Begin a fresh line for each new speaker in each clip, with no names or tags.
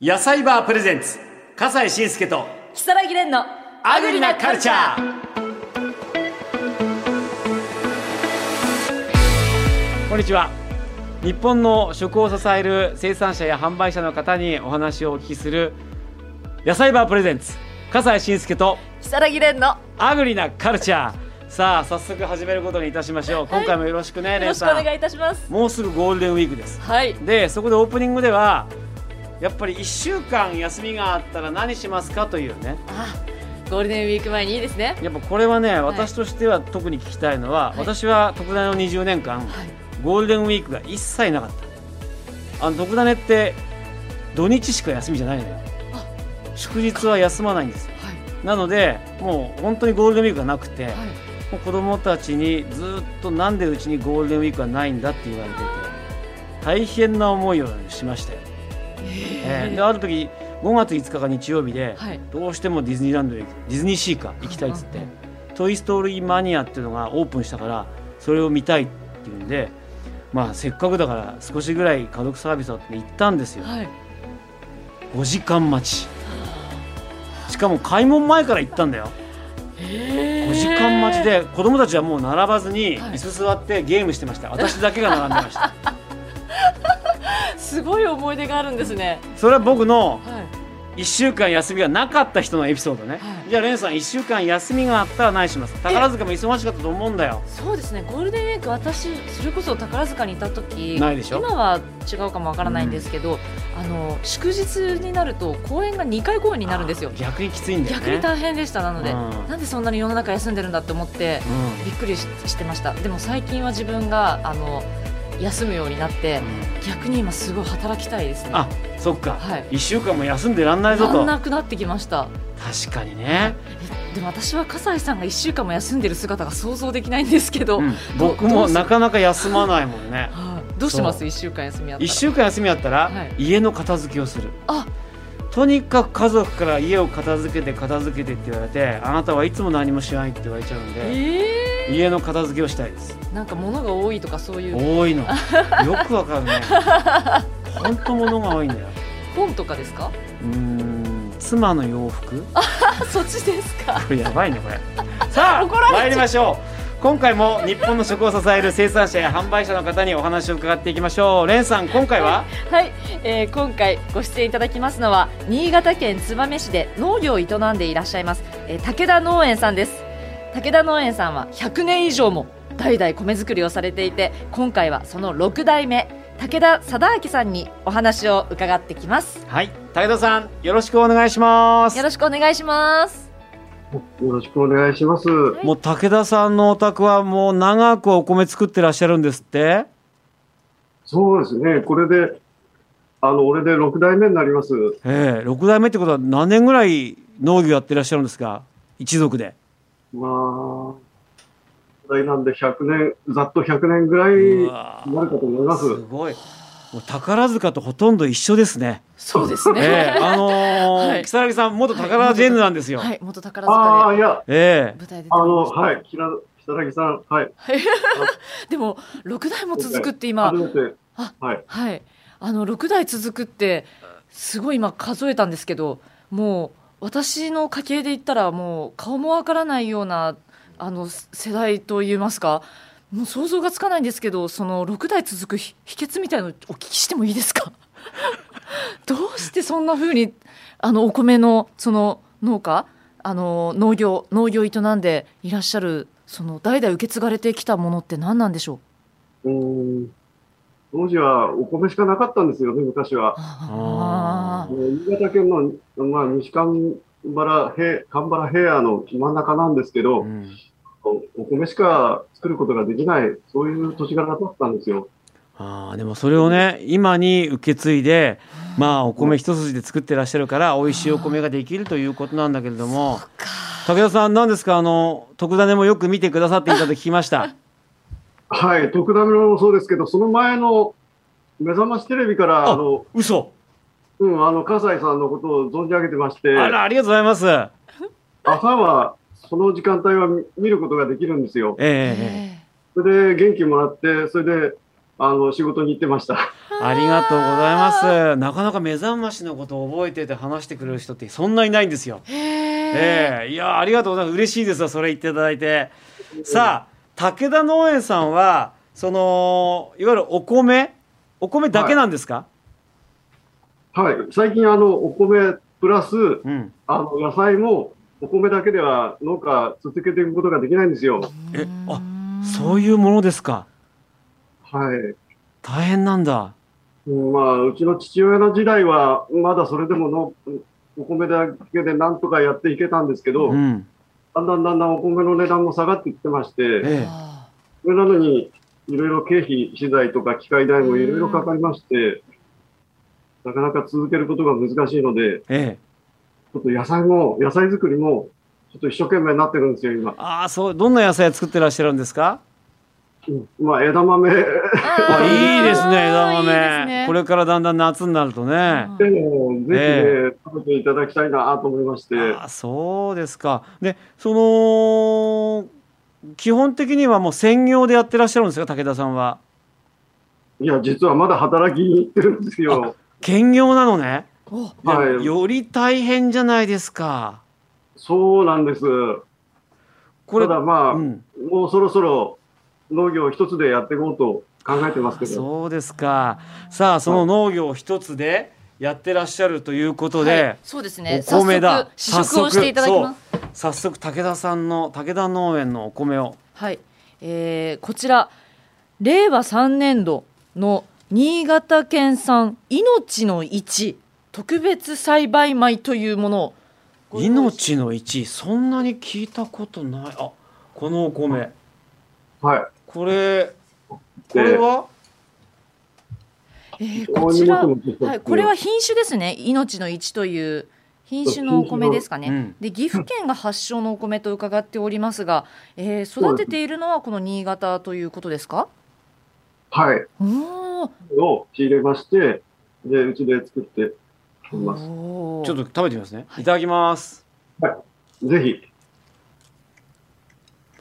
野菜バープレゼンツ笠西慎介と
木更木蓮の
アグリなカルチャーこんにちは日本の食を支える生産者や販売者の方にお話をお聞きする野菜バープレゼンツ笠西慎介と
木更木蓮の
アグリなカルチャーさあ早速始めることにいたしましょう今回もよろしくね、
よ
レ
ろ
ン
しくお
さん
願いいたします
もうすぐゴールデンウィークです
はい
でそこでオープニングではやっぱり1週間休みがあったら何しますかというね
あゴールデンウィーク前にいいですね
やっぱこれはね
い
私としては特に聞きたいのは、
はい
私は特ダネの20年間、
はい
ゴールデンウィークが一切なかったあの特ダネって土日しか休みじゃないのよ
あ
祝日は休まないんですよ
はい
なのでもう本当にゴールデンウィークがなくて、
はい
もう子供たちにずっとなんでうちにゴールデンウィークはないんだって言われてて大変な思いをしましたよ、えーである時5月5日が日曜日で、
はい
どうしてもディズニーランドへ行くディズニーシーか行きたいっつって
うんうん
「トイ・ストーリー・マニア」っていうのがオープンしたからそれを見たいっていうんで、まあ、せっかくだから少しぐらい家族サービスだって行ったんですよ
はい
5時間待ちしかも開門前から行ったんだよ
5
5時間待ちで子供たちはもう並ばずに
はい
椅子座ってゲームしてました私だけが並んでました
すごい思い出があるんですね
それは僕の
はい
1週間休みがなかった人のエピソードね、
はい
じゃあレンさん1週間休みがあったら何します宝塚も忙しかったと思うんだよ
そうですねゴールデンウィーク私それこそ宝塚にいた時
ないでしょ
今は違うかもわからないんですけど、あの祝日になると公演が2回公演になるんですよ
あー逆にきついんだよね
逆に大変でしたなので、
うん
なんでそんなに世の中休んでるんだって思ってびっくりししてましたでも最近は自分があの休むようになって
うん、
逆に今すごい働きたいですね
あそっか、
はい
1週間も休んでらんないぞ
なん
と
なくなってきました
確かにね、
でも私は笠井さんが1週間も休んでる姿が想像できないんですけど、
うん僕
ど
も
うす
なかなか休まないもんね
はいどうしてます
そう
1週間休みあった
1
ら
週間休みあったら、
はい
家の片付けをする
あ
とにかく家族から家を片付けて片付けてって言われてあなたはいつも何もしないって言われちゃうんで
え
家の片付けをしたいです
ー、なんか物が多いとかそういう
多いの よくわかるね本当物が多いんだよ
本とかですか
うーん妻の洋服
あそっちですか
これやばいねこれさあ
怒られちゃう
参りましょう今回も日本の食を支える生産者や販売者の方にお話を伺っていきましょうレンさん今回は
はい、えー今回ご出演いただきますのは新潟県燕市で農業を営んでいらっしゃいます、えー武田農園さんです武田農園さんは100年以上も代々米作りをされていて今回はその6代目武田貞明さんにお話を伺ってきます
はい武田さんよろしくお願いします
よろしくお願いします
よろしくお願いします。
はい
もう武田さんのお宅はもう長くお米作ってらっしゃるんですって
そうですね。これで、あの、俺で6代目になります。
ええ6代目ってことは何年ぐらい農業やってらっしゃるんですか一族で
まあ、代なんで100年、ざっと100年ぐらいになるかと思います。
すごいもう宝塚とほとんど一緒ですね
そうですね、
ええあのー
はい
木更木さん元宝ジェンヌなんですよ、
はい元宝
あ
塚
あ、いや、
え
で舞台で
あの、はい、きら、きらさん、はい、
でも6代も続くって今
初めて
あ、
はい。
はい、あの6代続くってすごい今数えたんですけどもう私の家系で言ったらもう顔もわからないようなあのせ世代と言いますかもう想像がつかないんですけどその6代続くひ秘訣みたいのお聞きしてもいいですかどうしてそんな風にあのお米のその農家あの農業農業を営んでいらっしゃるその代々受け継がれてきたものって何なんでしょう
うーん。当時はお米しかなかったんですよね、昔は。
あ
あの新潟県の、まあ、西神原平、神原平野の真ん中なんですけ
え
ど、
うん
おお米しか作ることができない、そういう土地柄だったんですよ。
ああでもそれをね今に受け継いでまあお米一筋で作ってらっしゃるから美味しいお米ができるということなんだけれども武田さん何ですかあの特ダネもよく見てくださっていたと聞きました
はい、徳田村もそうですけど、その前の目覚ましテレビから、
あ
あの、
嘘
うん、あの、葛西さんのことを存じ上げてまして、
あらありがとうございますえ
朝は、その時間帯は見見ることができるんですよ。
えええええ
ええ
それで元気もらって、それで、あの、仕事に行ってました。
ありがとうございます。なかなか目覚ましのことを覚えてて話してくれる人ってそんないないんですよ。
へえ。
ええいやありがとうございます嬉しいですわそれ言っていただいてさあ武田農園さんはそのいわゆるお米お米だけなんですか、
はい。最近、あの、お米プラス、
うん
あの、野菜も、お米だけでは農家続けていくことができないんですよ。
えあそういうものですか
はい。
大変なんだ
うんまあ、うちの父親の時代は、まだそれでものお米だけでなんとかやっていけたんですけど、
うん
だんだんだんだんお米の値段も下がってきてまして、
ええ
あ
それなのに、いろいろ経費、資材とか機械代もいろいろかかりまして、なかなか続けることが難しいので、
ええ
ちょっと野菜も、野菜作りも、ちょっと一生懸命になってるんですよ、今。
ああそうどんな野菜作ってらっしゃるんですか
うんまあ、枝豆、え
あいいですね枝
い
豆
いですね
これからだんだん夏になるとね、
う
え
ん
ぜひね、食べていただきたいなと思いまして、
ああそうですかでその基本的にはもう専業でやってらっしゃるんですか武田さんはい
や、実はまだ働きに行ってるんですよ。
兼業なのね
お
はい。
より大変じゃないですか
そうなんです。
これ
ただまあ、
うん、
もうそろそろ農業一つでやっていこうと考えてますけど。
そうですかさあその農業一つでやってらっしゃるということで、
はいそうですね。
お米だ
早速試食をしていただきます。
早速武田さんの武田農園のお米を
はい、えーこちら令和3年度の新潟県産命の一特別栽培米というものをご用意
命の一そんなに聞いたことないあこのお米
はい。
これこれは、
えー
お
こ
荷
ちら、
物
は
もちょっと
い、これは品種ですね命の一という品種のお米ですかね、
うん
で岐阜県が発祥のお米と伺っておりますが、えー育てているのはこの新潟ということですか
はい。
おー
を仕入れまして、で、うちで作っています。
おー
ちょっと食べてみますね、い、ただきます
ぜひ。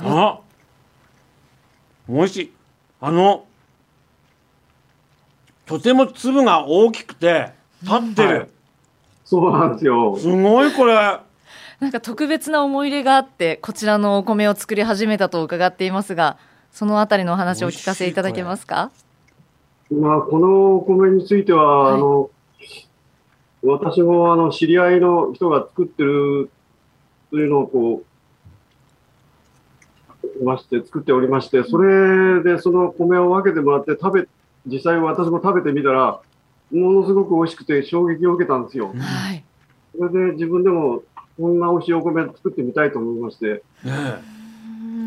あ美味しいあのとても粒が大きくて立ってる、
そうなんですよ。
すごいこれ
なんか特別な思い入れがあって、こちらのお米を作り始めたと伺っていますが、そのあたりのお話をお聞かせいただけますか
まあ、このお米については、
はい
あの、私もあの、知り合いの人が作ってるというのをこう、まして、作っておりまして、それでその米を分けてもらって食べ、実際私も食べてみたら、ものすごく美味しくて衝撃を受けたんですよ。
はい。
それで自分でもこんな美味しいお米作ってみたいと思いまして、
ね
作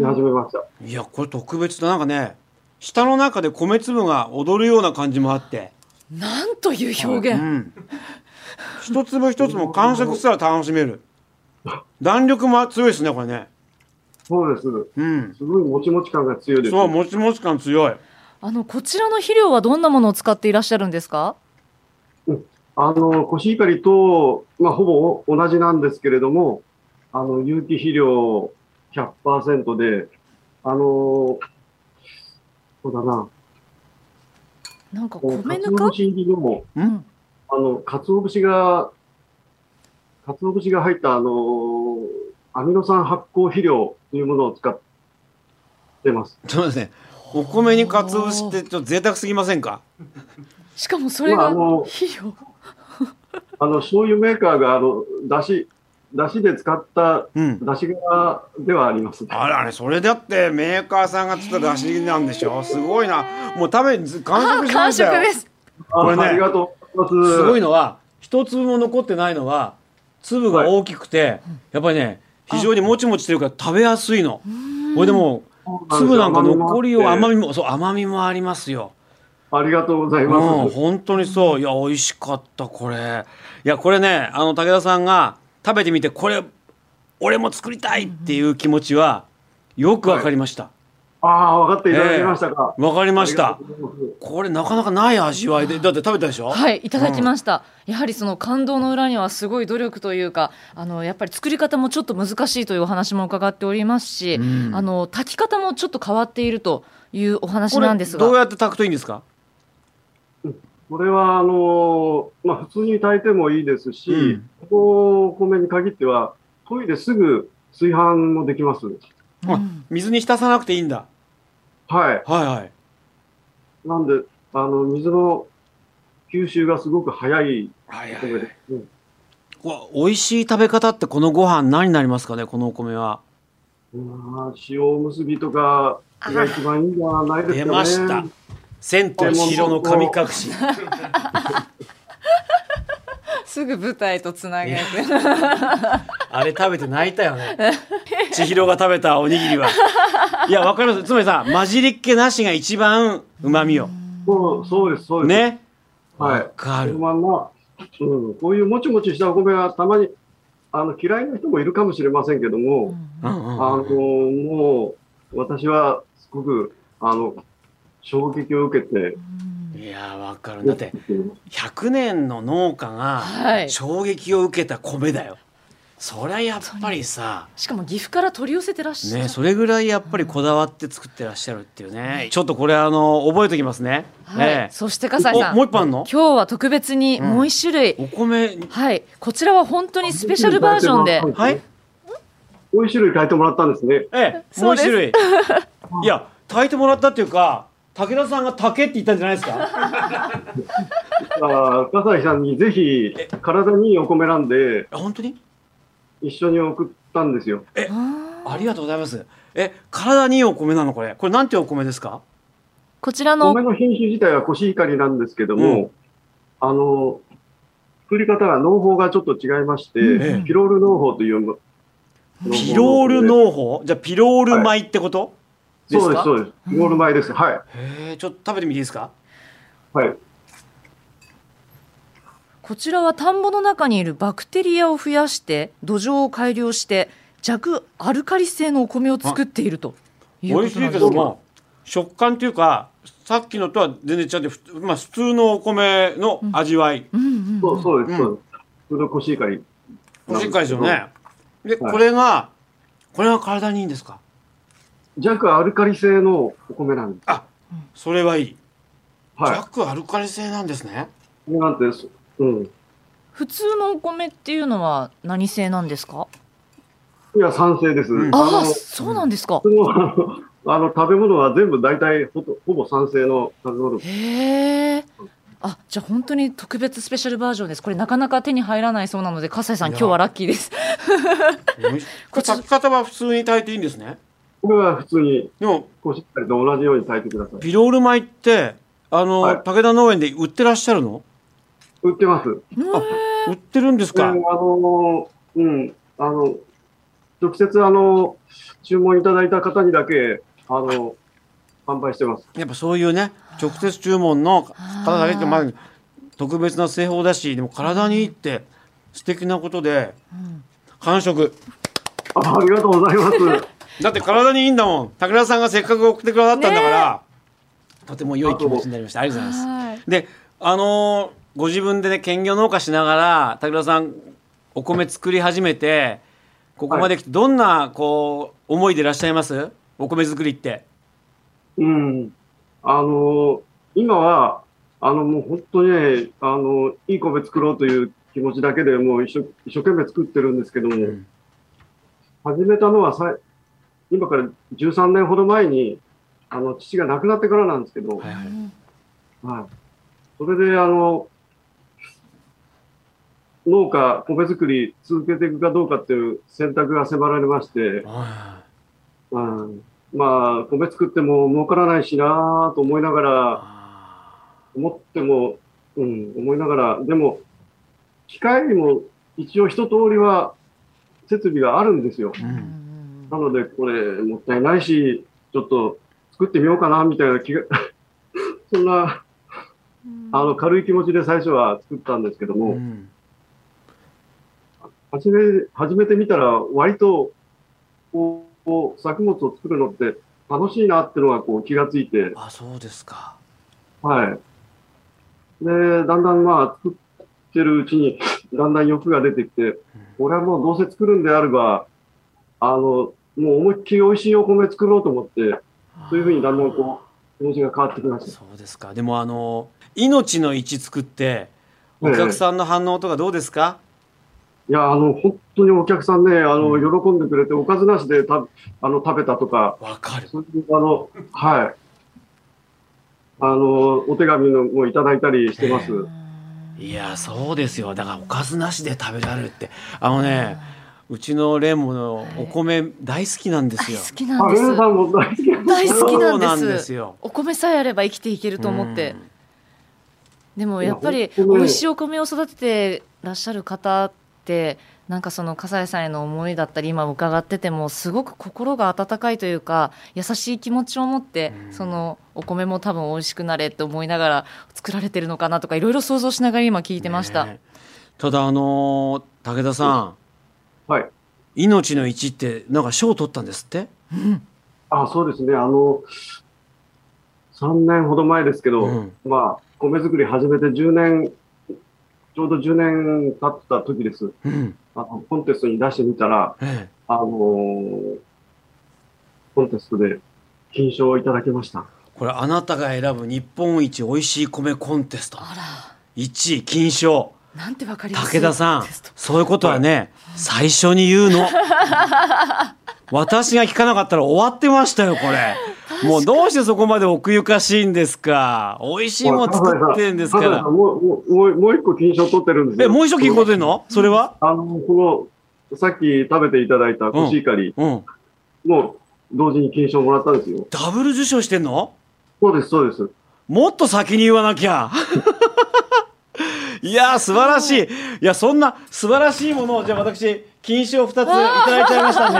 り始めました。
えいやこれ特別だなんかね舌の中で米粒が踊るような感じもあって、
なんという表
う
現。
ん、一粒一つも感触すら楽しめる弾力も強いですねこれね
そうです。
うん
すごいもちもち感が強いです。
そうもちもち感強い
あの、こちらの肥料はどんなものを使っていらっしゃるんですか
あの、コシヒカリと、まあ、ほぼ同じなんですけれども、あの、有機肥料100%で、あの、そうだな、
なんか
こう
米
鰹
ぬか
節入りの、
うん。
あの、鰹節が、鰹節が入った、あの、アミノ酸発酵肥料というものを使ってます。
そうですねお米にかつお節ってちょっと贅沢すぎませんか
しかもそれ
まあ
が
あの
肥料。
あの、醤油メーカーが、あの、だし、だしで使った、
うん
だしがではあります。
あれあれそれだってメーカーさんが作った出汁なんでしょすごいなもう食べず完食しま
完
したよ
食です。
あ
これね
ありがとうございます。
すごいのは一粒も残ってないのは粒が大きくて、やっぱりね非常にもちもちしてるから食べやすいのこれでもう粒なんか残りを甘
み。
みもそう甘みもありますよ
ありがとうござい
うん、
ます。
本当にそういや美味しかったこれいやこれねあの武田さんが食べてみてこれ俺も作りたいっていう気持ちはよくわかりました
ああ、分かっていただけましたか。
わ、かり
あり
ました
がとうございます
これなかなかない味わいでだって食べたでしょ
はい、いただきました。やはりその感動の裏にはすごい努力というか、あの、やっぱり作り方もちょっと難しいというお話も伺っておりますし、
うん
あの、炊き方もちょっと変わっているというお話
これ
なんです
どう
が、
やって炊くといいんですか
これは、あの、まあ、普通に炊いてもいいですし、
うん
ここ、お米に限っては、研いですぐ炊飯もできます。
あ水に浸さなくていいんだ。
はい。
はいはい。
なんで、あの、水の吸収がすごく早い
はい
お
はい
米
は
で
い。
すね。
うわ美味しい食べ方ってこのご飯何になりますかねこのお米は。
まあ、塩おむすびとかが一番いいんじゃないですかね。
出ました。千と千尋の神隠し。
すぐ舞台とつなげて。
あれ食べて泣いたよね。千尋が食べたおにぎりは。いや、わかります。つまりさ、混じりっ気なしが一番旨味を。
そう、そうです、そうです。
ね。
はい
わか
この
る。
まんま、うん、こういうもちもちしたお米がたまに、あの、嫌いな人もいるかもしれませんけども、
うんう
あ
ん
の、もう、私は、すごく、あの、衝撃を受けて、
いや、わかる。だって、100年の農家
は
が
い
衝撃を受けた米だよ。そりゃやっぱりさ、
しかも岐阜から取り寄せてらっしゃる。
ね、それぐらいやっぱりこだわって作ってらっしゃるっていうね。ちょっとこれあの、覚えておきますね。
はい、
ええ
そして笠井さ
お
ん、
もう一本あんの
今日は特別にもう一種類、
お米、
はい、こちらは本当にスペシャルバージョンで、
はい
こういう種類変えてもらったんですね。
ええ、も
そうう
一
です
種類。いや、炊いてもらったっていうか、武田さんが竹って言ったんじゃないですか。
あー笠井さんにぜひ、体にいいお米なんで、
あ本当に。
一緒に送ったんですよ。
あー
ありがとうございます。え、体にいいお米なの、これ、これなんていうお米ですか。
こちらの
米の品種自体はコシヒカリなんですけども、
う
あの、作り方が農法がちょっと違いまして、
ええ
ピロール農法という農法
ピロール農法、じゃあ、ピロール米ってこと。です
そうで
か
す、そうです。ピロール米です。はい。
へえ、ちょっと食べてみていいですか。
はい。
こちらは田んぼの中にいるバクテリアを増やして土壌を改良して弱アルカリ性のお米を作っているという
美
ことなん
味しい
です
けども、食感というか、さっきのとは全然違ってふ、まあ、普通のお米の味わい。
うんうん
そうそうです、
うん
そうです。それのコシヒカリ。
しっかりですよね。で、
はい
これが、これが体にいいんですか。
弱アルカリ性のお米なんです。
あ、それはいい。
はい。
弱アルカリ性なんですね。
これなんて、そうん。
普通のお米っていうのは何製なんですか
いや、酸性です。
うん
あ
あ
あ
の、
そうなんですか
その あのあの食べ物は全部大体ほとほぼ酸性の食べ物。
へえあじゃあ本当に特別スペシャルバージョンですこれなかなか手に入らないそうなので笠井さん
いや
今日はラッキ ーです
これ炊き方は普通に炊いていいんですね。
これは普通に
でも
コシヒカリと同じように炊いてください。
ピロール米ってあの、
はい
武田農園で売ってらっしゃるの？
売ってます。
へー
売ってるんです
であ
か？
の、うん、あの、直接あの、注文いただいた方にだけ、あの、販売してます。
やっぱそういうね直接注文の方だけってまあ特別な製法だしでも体にいいって素敵なことで
うん
完食。
あありがとうござ います。
だって体にいいんだもん。武田さんがせっかく送ってくださったんだから、とても良い気持ちになりました。ありがとうございます。
はい
であのーご自分でね兼業農家しながら武田さんお米作り始めてここまで来てどんなこう思いでいらっしゃいますお米作りって
うん。あの、今は、あの、もう本当にね、あの、いい米作ろうという気持ちだけでもう一生一生懸命作ってるんですけども、
ん
始めたのはさい、今から13年ほど前に、あの、父が亡くなってからなんですけど、
はいはい
はい。それで、あの、農家、米作り続けていくかどうかっていう選択が迫られまして、
あ
うん、まあ、米作っても儲からないしなぁと思いながら、
あ
思っても、うん、思いながら、でも、機械にも一応一通りは設備があるんですよ。
うん
うん
なので、これ、もったいないし、ちょっと作ってみようかな、みたいな気が、 そんな、あの、軽い気持ちで最初は作ったんですけど
う
も、
ん
始め、始めてみたら、割と、こうこう、作物を作るのって楽しいなってのが、こう、気がついて、
あそうですか
はい。で、だんだんまあ、作ってるうちに、だんだん欲が出てきて、俺はもうどうせ作るんであれば、あの、もう思いっきり美味しいお米作ろうと思って、そういうふうにだんだんこう、ページが変わってきました。
そうですか。でもあの命の位置作ってお客さんの反応とかどうですか？
いや、あの、本当にお客さんね、あの、
う
喜んでくれて、おかずなしでたあの食べたとか、
わかる。
そういう、あの、はい。あの、お手紙のもいただいたりしてます。
いやそうですよ。だからおかずなしで食べられるってあのね。うちのレモのお米大好きなんですよ。
大好きなん
あ、
で
レナ
す
さんも大好きなんです
大好き
そう
な
なん
ん
で
ですす
よ。
お米さえあれば生きていけると思って、でもやっぱ
いや
り
本当
美
ね
味しいお米を育ててらっしゃる方ってなんかその笠井さんへの思いだったり今伺っててもすごく心が温かいというか優しい気持ちを持って、
うん
そのお米も多分美味しくなれって思いながら作られてるのかなとかいろいろ想像しながら今聞いてました、
ねただあのー武田さ
はい。
ん、命の一ってなんか賞を取ったんですって。
あ、そうですね。あの、3年ほど前ですけど、
うん
まあ、米作り始めて10年、ちょうど10年経った時です。
うん。
あの、コンテストに出してみたら、
ええ
あのーコンテストで金賞をいただきました。
これあなたが選ぶ日本一美味しい米コンテスト
あ
1位金賞。
らなんてわかりやすい
武田さん
テスト、
そういうことはね、最初に言う の。私が聞かなかったら終わってましたよ、これ。もうどうしてそこまで奥ゆかしいんですか。美味しいもの作ってんですか
ほら
ら
カ。ズヤさんもう、もう、もうもう一個金賞取ってるんですよ。
え、もう一度聞こえてんのそれは
あの、この、さっき食べていただいたコシヒカリ
うん。
も同時に金賞もらったんですよ。
ダブル受賞してんの
そうです、そうです。
もっと先に言わなき ゃ。いやー、素晴らしい。いや、そんな素晴らしいものを、じゃあ私、金賞2ついただいちゃいましたね。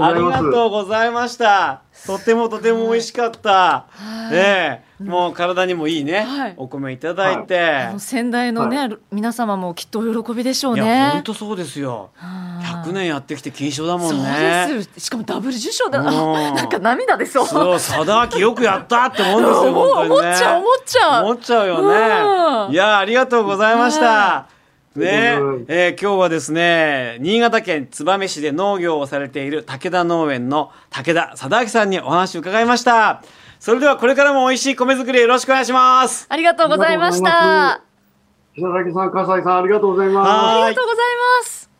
ありがとうございました。とてもとても美味しかった。
はい
ねえ、もう体にもいいね、
はい
お米いただいて。
あの先代のね、
は
皆様もきっとお喜びでしょう
い
ね
や、本当そうですよ。
はあ
100年やってきて金賞だもんね。
そうですしかもダブル受賞だ
うん
なんか涙出そう
そう、佐田明よくやったって思うんですよ、
思う
本当
思
に
っ
ね。
ちゃう思っちゃう
思っちゃうよ
う
ね。
ん
いやー、ありがとうございました。ね
うん
えー今日はですね、新潟県燕市で農業をされている武田農園の武田貞明さんにお話を伺いました。それではこれからも美味しい米作りよろしくお願いします。
ありがとうございまし
あ
た
北崎さん、笠井さん、ありがとうございます。
は
ありがとうございます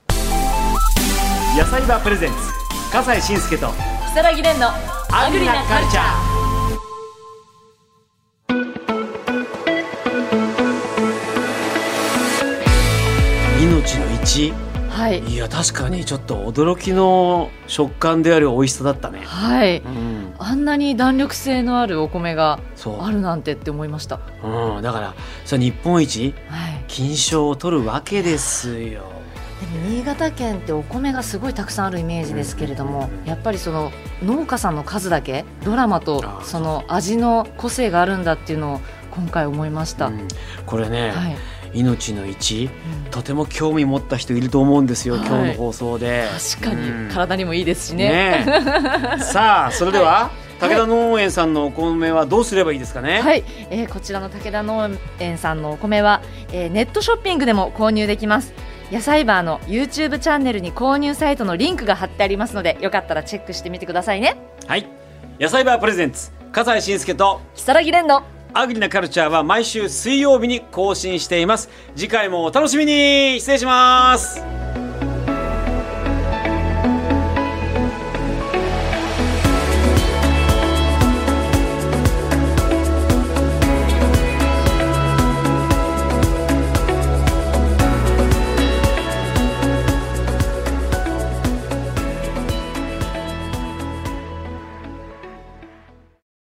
野菜バープレゼンツ、笠西慎介と
木更木蓮のアグリなカルチャー
命の一
はい
いや確かにちょっと驚きの食感である美味しさだったね、
はい
うん、
あんなに弾力性のあるお米が
そう
あるなんてって思いました
うん、だからそれ日本一
はい
金賞を取るわけですよ。
でも新潟県ってお米がすごいたくさんあるイメージですけれども、やっぱりその農家さんの数だけドラマと
あー
その味の個性があるんだっていうのを今回思いました、
うんこれね、
はい、
命の一とても興味持った人いると思うんですよ、
はい
今日の放送で。
確か
うん
に体にもいいですしね,、
ね えさあそれでは、
はい
武田農園さんのお米はどうすればいいですかね。
はい、えーこちらの武田農園さんのお米は、えーネットショッピングでも購入できます野菜バーの YouTube チャンネルに購入サイトのリンクが貼ってありますのでよかったらチェックしてみてくださいね
はい、野菜バープレゼンツ笠井信介と
木更木連の
アグリなカルチャーは毎週水曜日に更新しています。次回もお楽しみに失礼します。